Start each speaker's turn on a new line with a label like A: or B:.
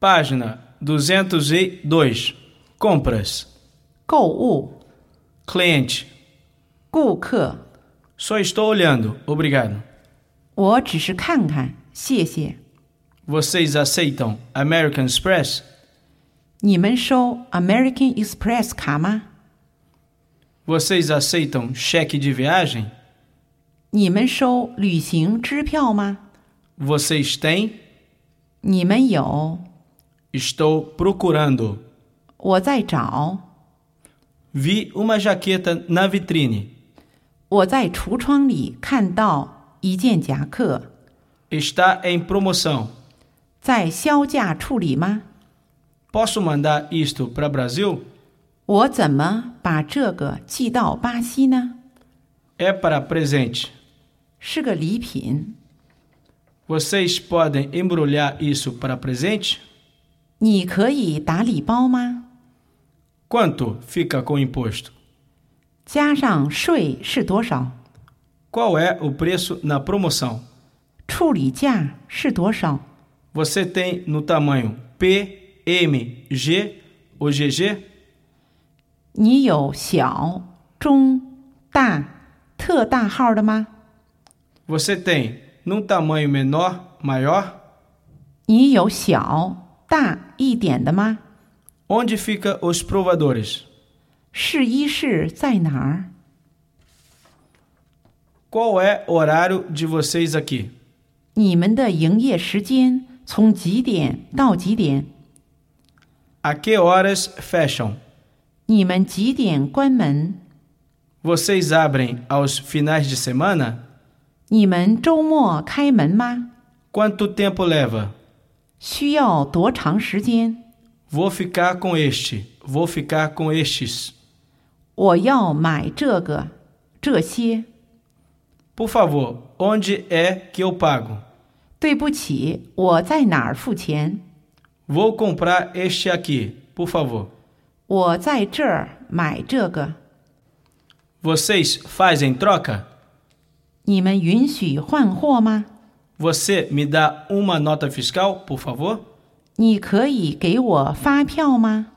A: Página 202. Compras.
B: 购物、
A: Cliente.
B: 顾客。
A: Só estou olhando. Obrigado.
B: 我只是看看，谢谢。
A: Vocês aceitam American Express?
B: 你们收 American Express 卡吗？
A: Vocês aceitam cheque de viagem?
B: 你们收旅行支票吗？
A: Vocês têm?
B: 你们有？
A: Estou procurando.
B: 我在找，
A: Vi uma jaqueta na vitrine.
B: 我在橱窗里看到一件夹克，
A: Está em promoção.
B: 在销价处理吗？
A: Posso mandar isto para Brasil?
B: 我怎么把这个寄到巴西呢？
A: É para presente.
B: 是个礼品，
A: Vocês podem embrulhar isso para presente?
B: 你可以打礼包吗？
A: Quanto fica com o imposto?
B: 加上税是多少？
A: Qual é o preço na promoção?
B: 处理价是多少？
A: Você tem no tamanho P, M, G ou GG?
B: 你有小、中、大、特大号的吗？
A: Você tem num tamanho menor, maior?
B: 你有小、大一点的吗？
A: Onde fica os provadores?
B: 试衣室在哪儿？
A: Qual é o horário de vocês aqui?
B: 你们的营业时间从几点到几点？
A: A que horas fecham?
B: 你们几点关门？
A: Vocês abrem aos finais de semana?
B: 你们周末开门吗？
A: Quanto tempo leva?
B: 需要多长时间？
A: Vou ficar com este. Vou ficar com estes.
B: 我要买这个、这些。
A: Por favor, onde é que eu pago?
B: 对不起，我在哪儿付钱？
A: Vou comprar este aqui, por favor.
B: 我在这儿买这个。
A: Vocês fazem troca?
B: 你们允许换货吗？
A: Você me dá uma nota fiscal, por favor?
B: 你可以给我发票吗？